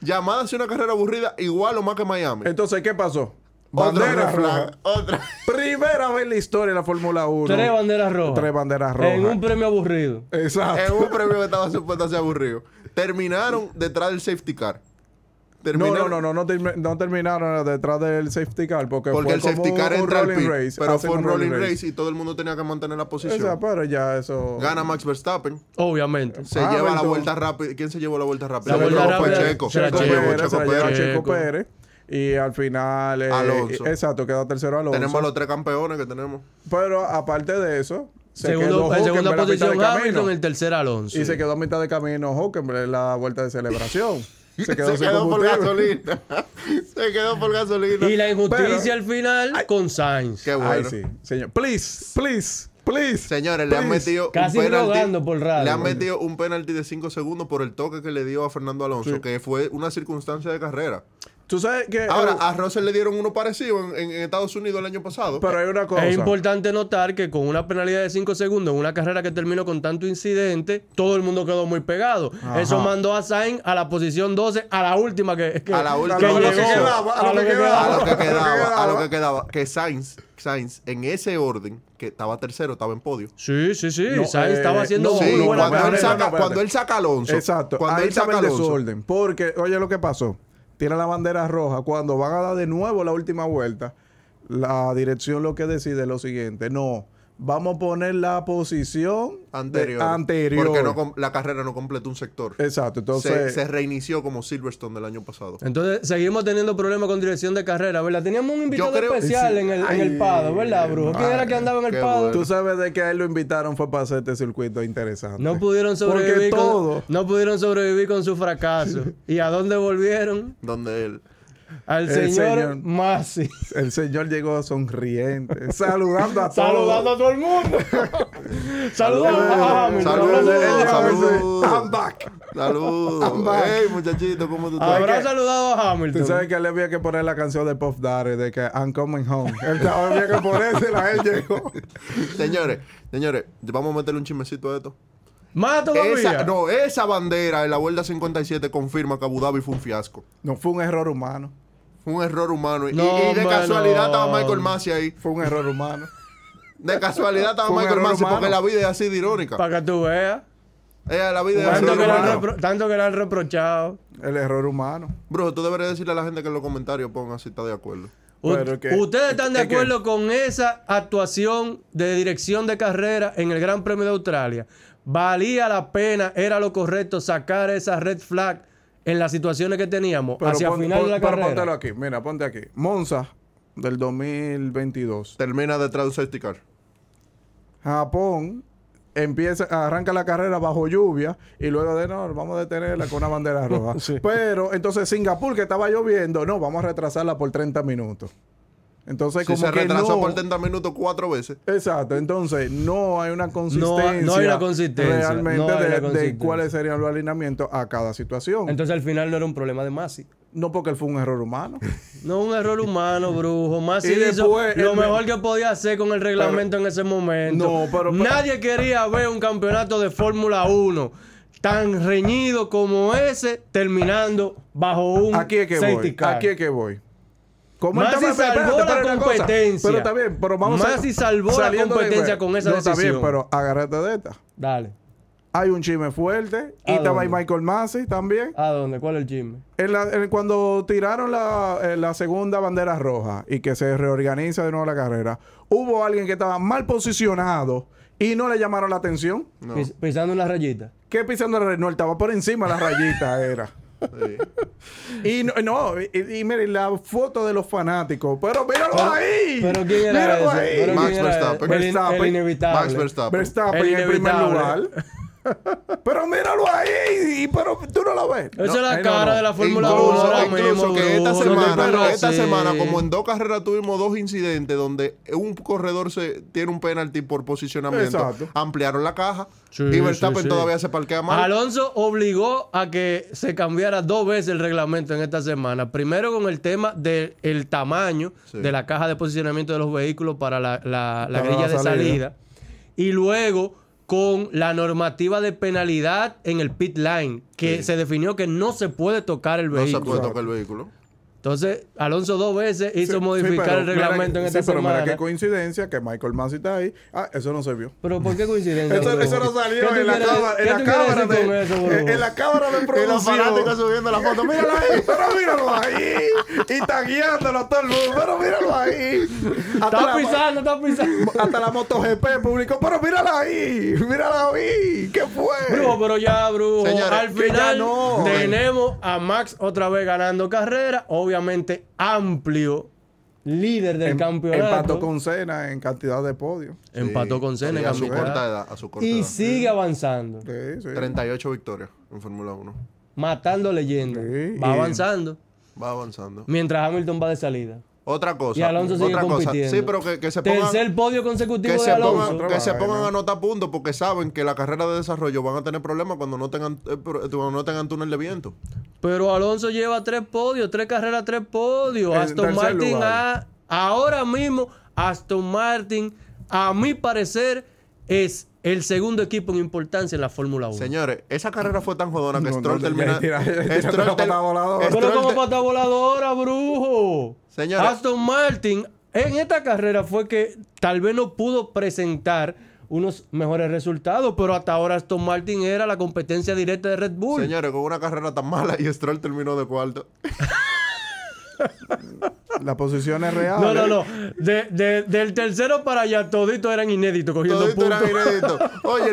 S3: Llamada hacia una carrera aburrida, igual o más que Miami.
S2: Entonces, ¿qué pasó?
S3: Otra
S2: Bandera
S3: red flag,
S2: roja.
S3: Otra.
S2: Primera vez en la historia de la Fórmula 1.
S1: Tres banderas rojas.
S2: Tres banderas rojas.
S1: En un premio aburrido.
S3: en
S2: Exacto.
S3: un premio que estaba supuesto a ser aburrido. Terminaron detrás del safety car.
S2: No, no,
S3: Terminaron-
S2: no, no, no, termi- no terminaron detrás del safety car porque,
S3: Porque
S2: fue
S3: el
S2: como
S3: safety car
S2: un
S3: entra al
S2: rolling
S3: pit,
S2: race.
S3: pero
S2: hacen
S3: fue un rolling race. y todo el mundo tenía que mantener la posición.
S2: Esa, pero ya eso.
S3: Gana Max Verstappen.
S1: Obviamente.
S3: Se
S2: Ah,
S3: lleva la
S2: Hamilton.
S3: vuelta rápida. ¿Quién se llevó la vuelta rápida?
S1: La vuelta
S3: No, fue
S1: rápida.
S3: Checo.
S1: Se la
S2: Checo
S1: Checo,
S2: Pérez,
S1: Checo
S2: se la
S1: Pérez.
S2: lleva Checo
S1: Checo.
S2: Pérez. Y al final. eh,
S3: Alonso.
S2: Exacto, quedó tercero Alonso.
S3: Tenemos a los tres campeones que tenemos.
S2: Pero aparte de eso, se
S1: Segundo-
S2: quedó
S1: en
S2: Hockenberg
S1: segunda
S2: a la mitad de
S1: posición Hamilton,
S2: camino.
S1: el tercer Alonso.
S2: Y se quedó a mitad de camino Hockenberg en la vuelta de celebración. Se quedó,
S3: Se
S2: sin
S3: quedó por
S2: combustible.
S3: gasolina. se quedó por gasolina.
S1: Y la injusticia
S2: Pero-
S1: al final con Sainz.
S3: Qué bueno.
S2: Ay, sí. Señor, please, please, please.
S3: Señores, le han
S2: please.
S3: metido
S1: Casi
S3: un penalti.
S1: rogando por radio.
S3: Le han metido un penalti de 5 segundos por el toque que le dio a Fernando Alonso, que fue una circunstancia de carrera.
S2: Tú sabes que.
S3: Ahora, ah, a Russell le dieron uno parecido en, en- en Estados Unidos el año pasado.
S2: pero hay una cosa.
S1: Es importante notar que con una penalidad de 5 segundos, en una carrera que terminó con tanto incidente, todo el mundo quedó muy pegado.
S2: Ajá.
S1: Eso mandó a Sainz a la posición 12, a la última que, que-
S3: A la última.
S1: que
S3: A lo que
S1: llegó.
S2: quedaba, a lo que quedaba.
S3: a lo que quedaba, a lo
S2: quedaba.
S3: que quedaba, que Sainz, Sainz, en ese orden, que estaba tercero, estaba en podio.
S1: Sí, sí, sí.
S2: No,
S1: Sainz
S2: eh,
S1: estaba haciendo
S2: no,
S1: muy
S3: Sí,
S2: no,
S1: buena
S2: no,
S3: cuando,
S1: carrera.
S3: él saca,
S2: espérate.
S3: cuando él saca a Alonso.
S2: Exacto.
S3: Cuando
S2: ahí
S3: él saca a
S2: estaba el
S3: Alonso.
S2: desorden. Porque, oye lo que pasó. Tiene la bandera roja. Cuando van a dar de nuevo la última vuelta, la dirección lo que decide es lo siguiente. No, vamos a poner la posición de-
S3: Anterior.
S2: anterior.
S3: Porque no com- la carrera no completó un sector.
S2: Exacto.
S3: se,
S2: Entonces,
S3: se reinició como Silverstone del año pasado.
S1: Entonces, seguimos teniendo problemas con dirección de carrera, ¿verdad? Teníamos un invitado
S3: creo-
S1: especial
S3: sí.
S1: en, el, en
S2: Ay,
S1: el Pado, ¿verdad, Brujo? ¿Quién era que andaba en el
S3: qué
S1: Pado?
S3: bueno.
S2: tú sabes de que a él lo invitaron fue para hacer este circuito interesante.
S1: No pudieron sobrevivir
S2: Porque
S1: con,
S2: todo.
S1: no pudieron sobrevivir con su fracaso. ¿Y a dónde volvieron?
S3: Donde él.
S1: Al
S2: El
S1: señor,
S2: señor.
S1: Masi.
S2: El señor llegó sonriente, saludando a todos.
S1: Saludando a todo el mundo. Saludando a
S2: Ah,
S3: Saludos,
S1: Hamilton.
S3: saludos,
S1: Hablando de
S2: Él
S1: él.
S2: llegó a decir,
S3: saludos.
S2: "I'm back". I'm
S3: Saludos.
S2: back.
S3: Hey, muchachito, ¿cómo tú estás?
S1: Habrá saludado a
S2: Tú sabes
S1: Hamilton.
S2: que él había que poner la canción de Puff Daddy de que I'm coming home. Él estaba- había que ponérsela, él llegó.
S3: Señores, señores, vamos a meterle un chismecito a esto.
S1: Más
S3: Esa,
S1: todavía.
S3: no, esa bandera en la vuelta 57 confirma que Abu Dhabi fue un fiasco.
S2: No fue un error humano.
S3: Fue un error humano. Y-
S1: No,
S3: y, de
S1: mano.
S3: casualidad estaba Michael Massey ahí.
S2: Fue un error humano.
S3: De casualidad estaba
S2: Fue un
S3: Michael
S2: error
S3: Massey porque
S2: humano.
S3: la vida es así de irónica.
S1: Para que tú veas.
S3: Eh, la vida es así de
S1: Tanto que, le han
S3: irónica.
S2: humano.
S1: repro- tanto que le han reprochado.
S2: El error humano.
S3: Bro, tú deberías decirle a la gente que en los comentarios pongan si está de acuerdo.
S1: U-
S2: Pero que-
S1: Ustedes están de
S2: es que-
S1: acuerdo con esa actuación de dirección de carrera en el Gran Premio de Australia. Valía la pena, era lo correcto sacar esa red flag en las situaciones que teníamos
S2: Pero
S1: hacia
S2: pon-
S1: final
S2: pon-
S1: de la
S2: pero póntelo
S1: carrera.
S2: aquí. Mira, ponte aquí. Monza del 2022.
S3: este Termina detrás de un safety car.
S2: Japón empieza, arranca la carrera bajo lluvia y luego de no, vamos a detenerla con una bandera roja. Pero entonces Singapur, que estaba lloviendo, no, vamos a retrasarla por 30 minutos. Entonces,
S3: Si
S2: como
S3: se
S2: que
S3: retrasó
S2: no-
S3: por 30 minutos cuatro veces.
S2: Exacto, entonces no hay una consistencia.
S1: no hay una consistencia,
S2: Realmente
S1: no hay
S2: de,
S1: una
S2: de
S1: consistencia.
S2: cuáles serían los alineamientos a cada situación.
S1: Entonces al final no era un problema de Masi.
S2: no porque él fue un error humano.
S1: No un error humano, brujo. Masi
S2: Y
S1: hizo
S2: después,
S1: lo
S2: el me-
S1: mejor que podía hacer con el reglamento en ese momento.
S2: No, pero- pero-
S1: Nadie quería ver un campeonato de Fórmula 1 tan reñido como ese terminando bajo un
S2: Aquí es que
S1: safety
S2: voy.
S1: car.
S2: Aquí es que voy. Como
S1: Masi salvó la
S2: una cosa.
S1: competencia.
S2: Pero está bien, pero vamos a-
S1: Masi salvó la
S2: saliendo de-
S1: competencia con esa
S2: no, Está bien,
S1: decisión.
S2: pero agárrate de esta.
S1: Dale.
S2: Hay un chisme fuerte.
S1: ¿A
S2: Y estaba ahí
S1: dónde?
S2: Michael Masi también.
S1: ¿A dónde? ¿Cuál es el chisme?
S2: En la- en- cuando tiraron la, eh, la segunda bandera roja y que se reorganiza de nuevo la carrera, hubo alguien que estaba mal posicionado y no le llamaron la atención.
S3: No.
S1: Pis- pisando una rayita.
S2: Que pisando la no, él estaba por encima de la rayita, era.
S3: Sí.
S2: Y no, no, y, y miren la foto de los fanáticos. Pero míralo ahí.
S1: ¿Pero quién era
S2: míralo
S1: ese?
S2: ahí.
S1: ¿Pero
S3: Max
S1: quién era ese?
S3: Verstappen.
S1: El in- El,
S2: Verstappen.
S1: inevitable.
S3: Max Verstappen.
S2: Verstappen
S1: El
S2: en primer
S1: inevitable.
S2: lugar. pero míralo ahí. y- pero tú no lo ves.
S1: Esa es la
S2: ahí no,
S1: cara
S2: no.
S1: de la Fórmula 1
S3: Incluso,
S1: ahora
S3: incluso
S1: mismo,
S3: que esta
S1: Brujo. No te
S3: semana,
S1: puedo
S3: esta
S1: decir.
S3: semana, como en dos carreras tuvimos dos incidentes donde un corredor se tiene un penalti por posicionamiento,
S2: Exacto.
S3: ampliaron la caja
S1: Sí,
S3: y Verstappen
S1: sí, sí.
S3: todavía se parquea mal.
S1: Alonso obligó a que se cambiara dos veces el reglamento en esta semana. Primero con el tema del tamaño
S3: Sí.
S1: de la caja de posicionamiento de los vehículos para la, la- la
S2: Para
S1: grilla
S2: la
S1: de
S2: salida.
S1: salida. Y luego con la normativa de penalidad en el pit line, que
S3: Sí.
S1: se definió que no se puede tocar el
S3: no se
S1: vehículo.
S3: puede tocar el vehículo.
S1: Entonces, Alonso dos veces hizo
S2: Sí,
S1: modificar
S2: sí, pero
S1: el reglamento
S2: mira,
S1: en
S2: sí,
S1: esta
S2: pero
S1: semana.
S2: mira qué coincidencia que Michael Masi está ahí. Ah, eso no se vio.
S1: Pero ¿por qué coincidencia?
S2: Eso,
S1: Brujo?
S2: eso no
S1: ¿Qué
S2: salió
S1: tú
S2: en la
S1: quieres-
S2: cámara,
S1: qué
S2: en la
S1: tú quieres
S2: cámara
S1: decir con
S2: de,
S1: eso,
S2: en,
S1: Brujo?
S2: en la cámara de
S3: Y los fanáticos
S2: producción.
S3: subiendo la foto, míralo ahí.
S2: Pero míralo ahí. Y tagueándolo a todo el mundo. Pero míralo ahí. Hasta
S1: Está
S2: la,
S1: pisando, está pisando.
S2: hasta la MotoGP publicó. Pero míralo ahí. Míralo ahí. ¿Qué fue?
S1: Brujo, pero ya, brujo.
S3: Señores,
S1: Al
S3: que ya
S1: final
S2: no.
S1: tenemos a Max otra vez ganando carrera. Obviamente, amplio líder del
S2: Em-
S1: campeonato.
S2: Empató con Cena en cantidad de podios.
S1: Empató
S3: Sí,
S1: con Senna
S3: sí,
S1: en
S3: a su
S1: campeonato.
S3: corta edad, a su corta
S1: Y
S3: edad.
S1: sigue avanzando.
S2: Sí, sí.
S3: 38 victorias en Fórmula 1.
S1: Matando leyendas.
S2: Sí,
S1: Va
S2: y-
S1: avanzando.
S3: Va avanzando.
S1: Mientras Hamilton va de salida.
S3: Otra cosa.
S1: Y Alonso sigue
S3: otra cosa.
S1: compitiendo.
S3: Sí, pero que, que se pongan
S1: Tercer podio consecutivo
S3: que
S1: de
S3: se,
S1: Alonso.
S3: pongan,
S2: Otra
S3: que se
S2: vaina.
S3: pongan a anotar puntos porque saben que la carrera de desarrollo van a tener problemas cuando no tengan, eh, pro- cuando no tengan túnel de viento.
S1: Pero Alonso lleva tres podios, tres carreras, tres podios.
S2: En
S1: Aston
S2: tercer
S1: Martin
S2: lugar.
S1: ha- ahora mismo, Aston Martin, a mi parecer, es el segundo equipo en importancia en la Fórmula 1.
S3: Señores, esa carrera fue tan jodona que
S2: No,
S3: Stroll
S2: no, ya
S3: termina.
S2: tira- ya tira
S3: Stroll
S2: la
S3: ter-
S2: patada voladora.
S3: Stroll
S1: Pero como
S3: ter-
S1: pata voladora, brujo.
S3: Señores.
S1: Aston Martin en esta carrera fue que tal vez no pudo presentar unos mejores resultados, pero hasta ahora Aston Martin era la competencia directa de Red Bull.
S3: Señores, con una carrera tan mala y Stroll terminó de cuarto.
S2: La posición es real.
S1: No, no, no. De- de- del tercero para allá, todito eran inéditos cogiendo
S3: Todito
S1: puntos.
S3: era inédito. Oye,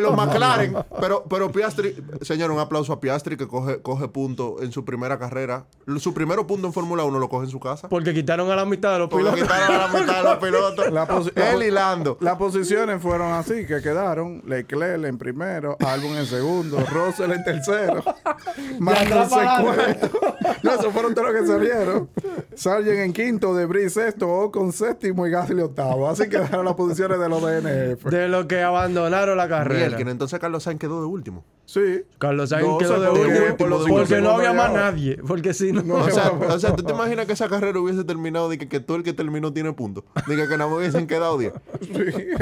S3: los McLaren. Pero, pero Piastri, señor, un aplauso a Piastri que coge, coge punto en su primera carrera. Su primero punto en Fórmula 1 lo coge en su casa.
S1: Porque quitaron a la mitad de los
S3: Porque
S1: pilotos.
S3: quitaron a la mitad de los pilotos.
S2: La posi- la
S3: Él
S2: po-
S3: hilando.
S2: Las posiciones fueron así, que quedaron Leclerc en primero, Albon en segundo, Russell en tercero,
S1: atrás
S2: Magnussen
S1: para
S2: en
S1: adelante.
S2: cuarto. No, esos fueron todos los que salieron. Sargent en quinto, Debris sexto, Ocon séptimo y Gasly octavo. Así quedaron las posiciones de los DNF.
S1: De los que abandonaron la carrera.
S3: Mielkin, entonces Carlos Sainz quedó de último.
S2: Sí.
S1: Carlos Sainz
S2: No,
S1: quedó
S2: se
S1: de
S2: fue
S1: último
S2: por los cinco
S1: porque no había
S2: segundos
S1: más
S2: allá.
S1: nadie. Porque si no.
S2: No,
S3: O sea,
S2: Vamos.
S3: o sea, ¿tú te imaginas que esa carrera hubiese terminado de que, que todo el que terminó tiene puntos? De que, que nada más hubiesen quedado 10.
S2: sí.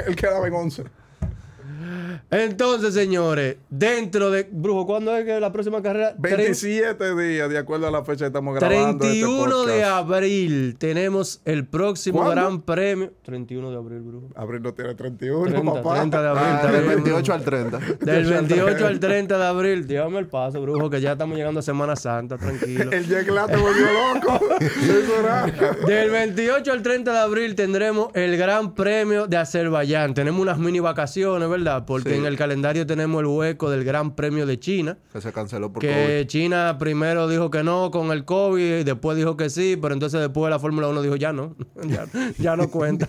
S2: Él quedaba en once.
S1: Entonces, señores, dentro de. Brujo, ¿cuándo es que la próxima carrera?
S2: 27 días, de acuerdo a la fecha que estamos grabando.
S1: 31
S2: este
S1: de
S2: podcast.
S1: abril tenemos el próximo
S2: ¿Cuándo?
S1: Gran Premio. 31 de abril, Brujo.
S2: Abril no tiene 31,
S1: 30,
S2: papá.
S1: 30 de abril.
S3: Ah,
S1: está
S3: del
S1: bien,
S3: 28 al 30.
S1: Del 28 al 30 de abril. Dígame el paso, Brujo, que ya estamos llegando a Semana Santa, tranquilo.
S2: El Jack Lat te volvió loco. Eso era.
S1: Del 28 al 30 de abril tendremos el Gran Premio de Azerbaiyán. Tenemos unas mini vacaciones, ¿verdad? Porque
S3: Sí.
S1: en el calendario tenemos el hueco del Gran Premio de China.
S3: Que se canceló por
S1: Que China primero dijo que no con el COVID, y después dijo que sí, pero entonces después la Fórmula 1 dijo ya no, ya, ya no cuenta.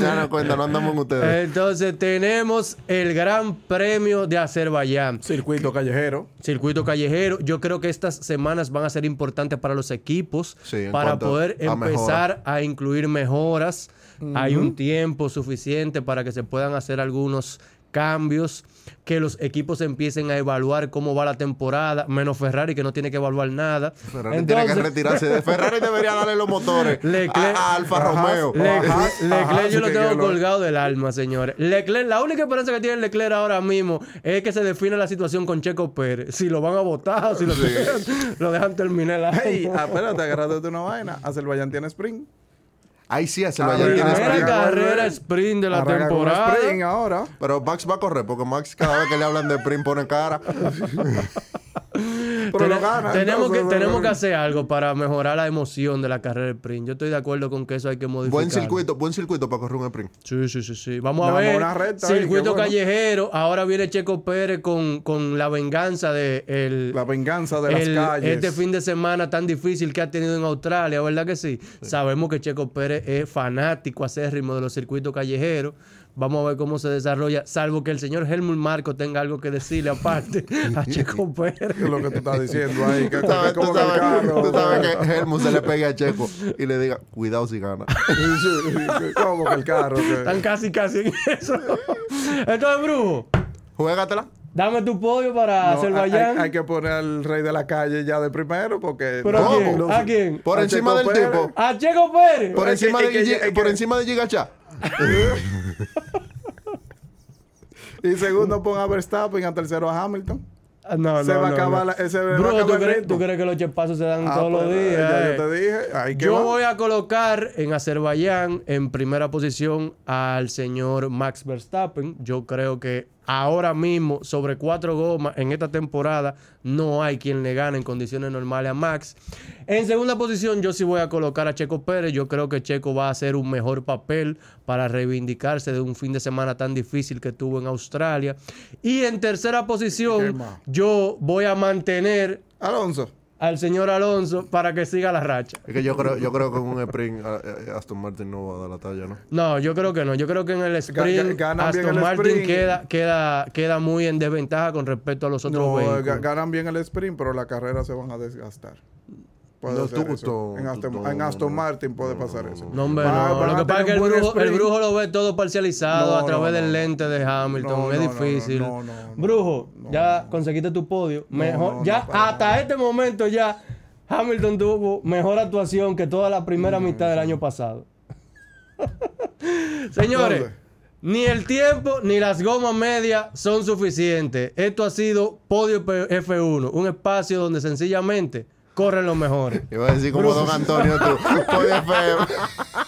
S3: Ya no cuenta, no andamos con
S1: Eh,
S3: ustedes.
S1: Entonces tenemos el Gran Premio de Azerbaiyán.
S2: Circuito callejero.
S1: Circuito callejero. Yo creo que estas semanas van a ser importantes para los equipos
S3: Sí, en
S1: para
S3: cuanto
S1: poder
S3: a
S1: empezar a incluir mejoras. Hay un tiempo suficiente para que se puedan hacer algunos cambios, que los equipos empiecen a evaluar cómo va la temporada, menos Ferrari que no tiene que evaluar nada.
S3: Ferrari tiene que
S1: Entonces,
S3: retirarse. De Ferrari debería darle los motores
S1: Leclerc-
S3: a, a Alfa
S2: Ajá,
S3: Romeo.
S2: Le-
S1: Leclerc,
S2: Ajá,
S1: Leclerc
S2: ajá,
S1: yo
S2: sí
S1: lo
S2: que
S1: tengo
S2: yo lo-
S1: colgado del alma, señores. Leclerc, la única esperanza que tiene Leclerc ahora mismo es que se defina la situación con Checo Pérez. Si lo van a votar, si lo, dejan, lo dejan terminar el año.
S2: Hey, espérate, agárrate de una vaina. Azerbaiyán tiene sprint.
S3: Ahí sí, a
S2: Ah,
S3: Azerbaiyán
S2: bueno,
S3: tiene
S2: bueno.
S1: Primera
S3: sprint.
S1: carrera sprint de la
S2: Arranca con
S1: temporada.
S2: Sprint ahora.
S3: Pero Max va a correr, porque Max cada vez que le hablan de sprint pone cara.
S2: Pero
S1: Tene-
S2: lo gana.
S1: tenemos, que,
S2: entonces, eh.
S1: tenemos que hacer algo para mejorar la emoción de la carrera sprint. Yo estoy de acuerdo con que eso hay que modificar.
S3: Buen circuito, buen circuito para correr un sprint.
S1: Sí, sí, sí, sí. Vamos a
S2: Vamos a
S1: ver.
S2: una recta ahí,
S1: circuito
S2: qué bueno.
S1: callejero. Ahora viene Checo Pérez con, con la venganza de el,
S2: La venganza de las
S1: el-
S2: calles.
S1: Este fin de semana tan difícil que ha tenido en Australia, ¿verdad que sí? Sabemos que Checo Pérez es fanático acérrimo de los circuitos callejeros. Vamos a ver cómo se desarrolla, salvo que el señor Helmut Marco tenga algo que decirle aparte a Checo Pérez.
S2: ¿Qué es lo que tú estás diciendo ahí? Que,
S3: Tú
S2: que-
S3: sabes,
S2: como
S3: tú
S2: que el
S3: sabes-
S2: carro-
S3: tú sabes que Helmut se le pegue a Checo y le diga, cuidado si gana.
S2: Sí, sí, como que el carro? que-
S1: Están casi, casi en eso. Entonces, brujo,
S3: Juégatela.
S1: dame tu podio para
S2: No, hay,
S1: Azerbaiyán.
S2: hay- hay que poner al rey de la calle ya de primero porque...
S1: Pero
S3: ¿a
S2: No,
S3: quién?
S2: no.
S1: ¿A quién?
S3: Por
S2: A
S3: encima
S2: Checo
S3: del
S2: Pérez.
S3: tipo.
S1: ¡A Checo Pérez!
S3: Por
S2: Es que-
S3: encima
S2: es
S3: de
S2: que-
S3: Gigi-
S2: es que-
S3: por encima de Gigacha.
S2: Y segundo pon a Verstappen, a tercero a Hamilton.
S1: Ah, No,
S2: se
S1: no,
S2: va a
S1: no,
S2: acabar
S1: no.
S2: la- ese va a
S1: Brujo, ¿tú
S2: acabar el
S1: crees,
S2: ritmo?
S1: tú crees que los chepazos se dan
S2: Ah,
S1: todos los
S2: pues,
S1: días?
S2: Ya
S1: eh?
S2: yo te dije, ahí que
S1: Yo
S2: va.
S1: voy a colocar en Azerbaiyán en primera posición al señor Max Verstappen. Yo creo que ahora mismo, sobre cuatro gomas en esta temporada, no hay quien le gane en condiciones normales a Max. En segunda posición, yo sí voy a colocar a Checo Pérez. Yo creo que Checo va a hacer un mejor papel para reivindicarse de un fin de semana tan difícil que tuvo en Australia. Y en tercera
S2: Qué
S1: posición,
S2: mal.
S1: yo voy a mantener
S2: Alonso.
S1: al señor Alonso para que siga la racha.
S3: Es que yo creo, yo creo que en un sprint a- a- Aston Martin no va a dar la talla, ¿no?
S1: No, yo creo que no. Yo creo que en el
S2: ga-
S1: sprint
S2: ganan bien
S1: Aston
S2: el
S1: Martin
S2: sprint.
S1: Queda, queda, queda muy en desventaja con respecto a los otros
S2: No, eh,
S1: vehículos.
S2: ga- ganan bien el sprint, pero la carrera se van a desgastar. Puede
S3: No,
S2: ser
S3: tú,
S2: eso.
S3: tú,
S2: en, Aston,
S3: tú,
S2: en Aston
S3: no,
S2: Martin puede
S3: no,
S2: pasar
S3: no,
S2: eso.
S1: No, hombre,
S2: Van a-
S1: no.
S2: van
S1: Lo
S2: a
S1: que pasa es que el
S2: tener un buen
S1: brujo, el
S2: sprint.
S1: brujo lo ve todo parcializado
S2: No,
S1: a través
S2: no,
S1: del
S2: no.
S1: lente de Hamilton.
S2: No,
S1: es
S2: no, no,
S1: difícil.
S2: no, no, no.
S1: brujo, ya conseguiste tu podio. Mejor,
S2: no, no,
S1: ya
S2: para
S1: hasta este momento ya Hamilton tuvo mejor actuación que toda la primera
S2: Mm,
S1: mitad del año pasado. Señores,
S2: ¿Dónde?
S1: ni el tiempo ni las gomas medias son suficientes. Esto ha sido Podio P- F1, un espacio donde sencillamente corren los mejores.
S3: Iba a decir como Don Antonio tú. Podio feo.